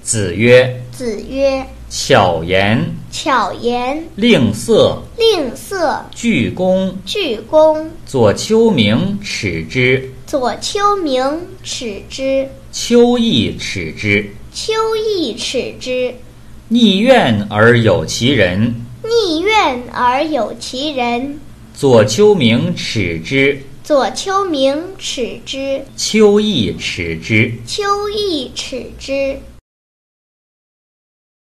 子曰子曰：“巧言：“巧言令色，令色，具躬。具躬。左丘明耻之，左丘明耻之，丘亦耻之。丘亦耻之。逆愿而有其人，逆愿而有其人，左丘明耻之，左丘明耻之，丘亦耻之。”丘亦耻之。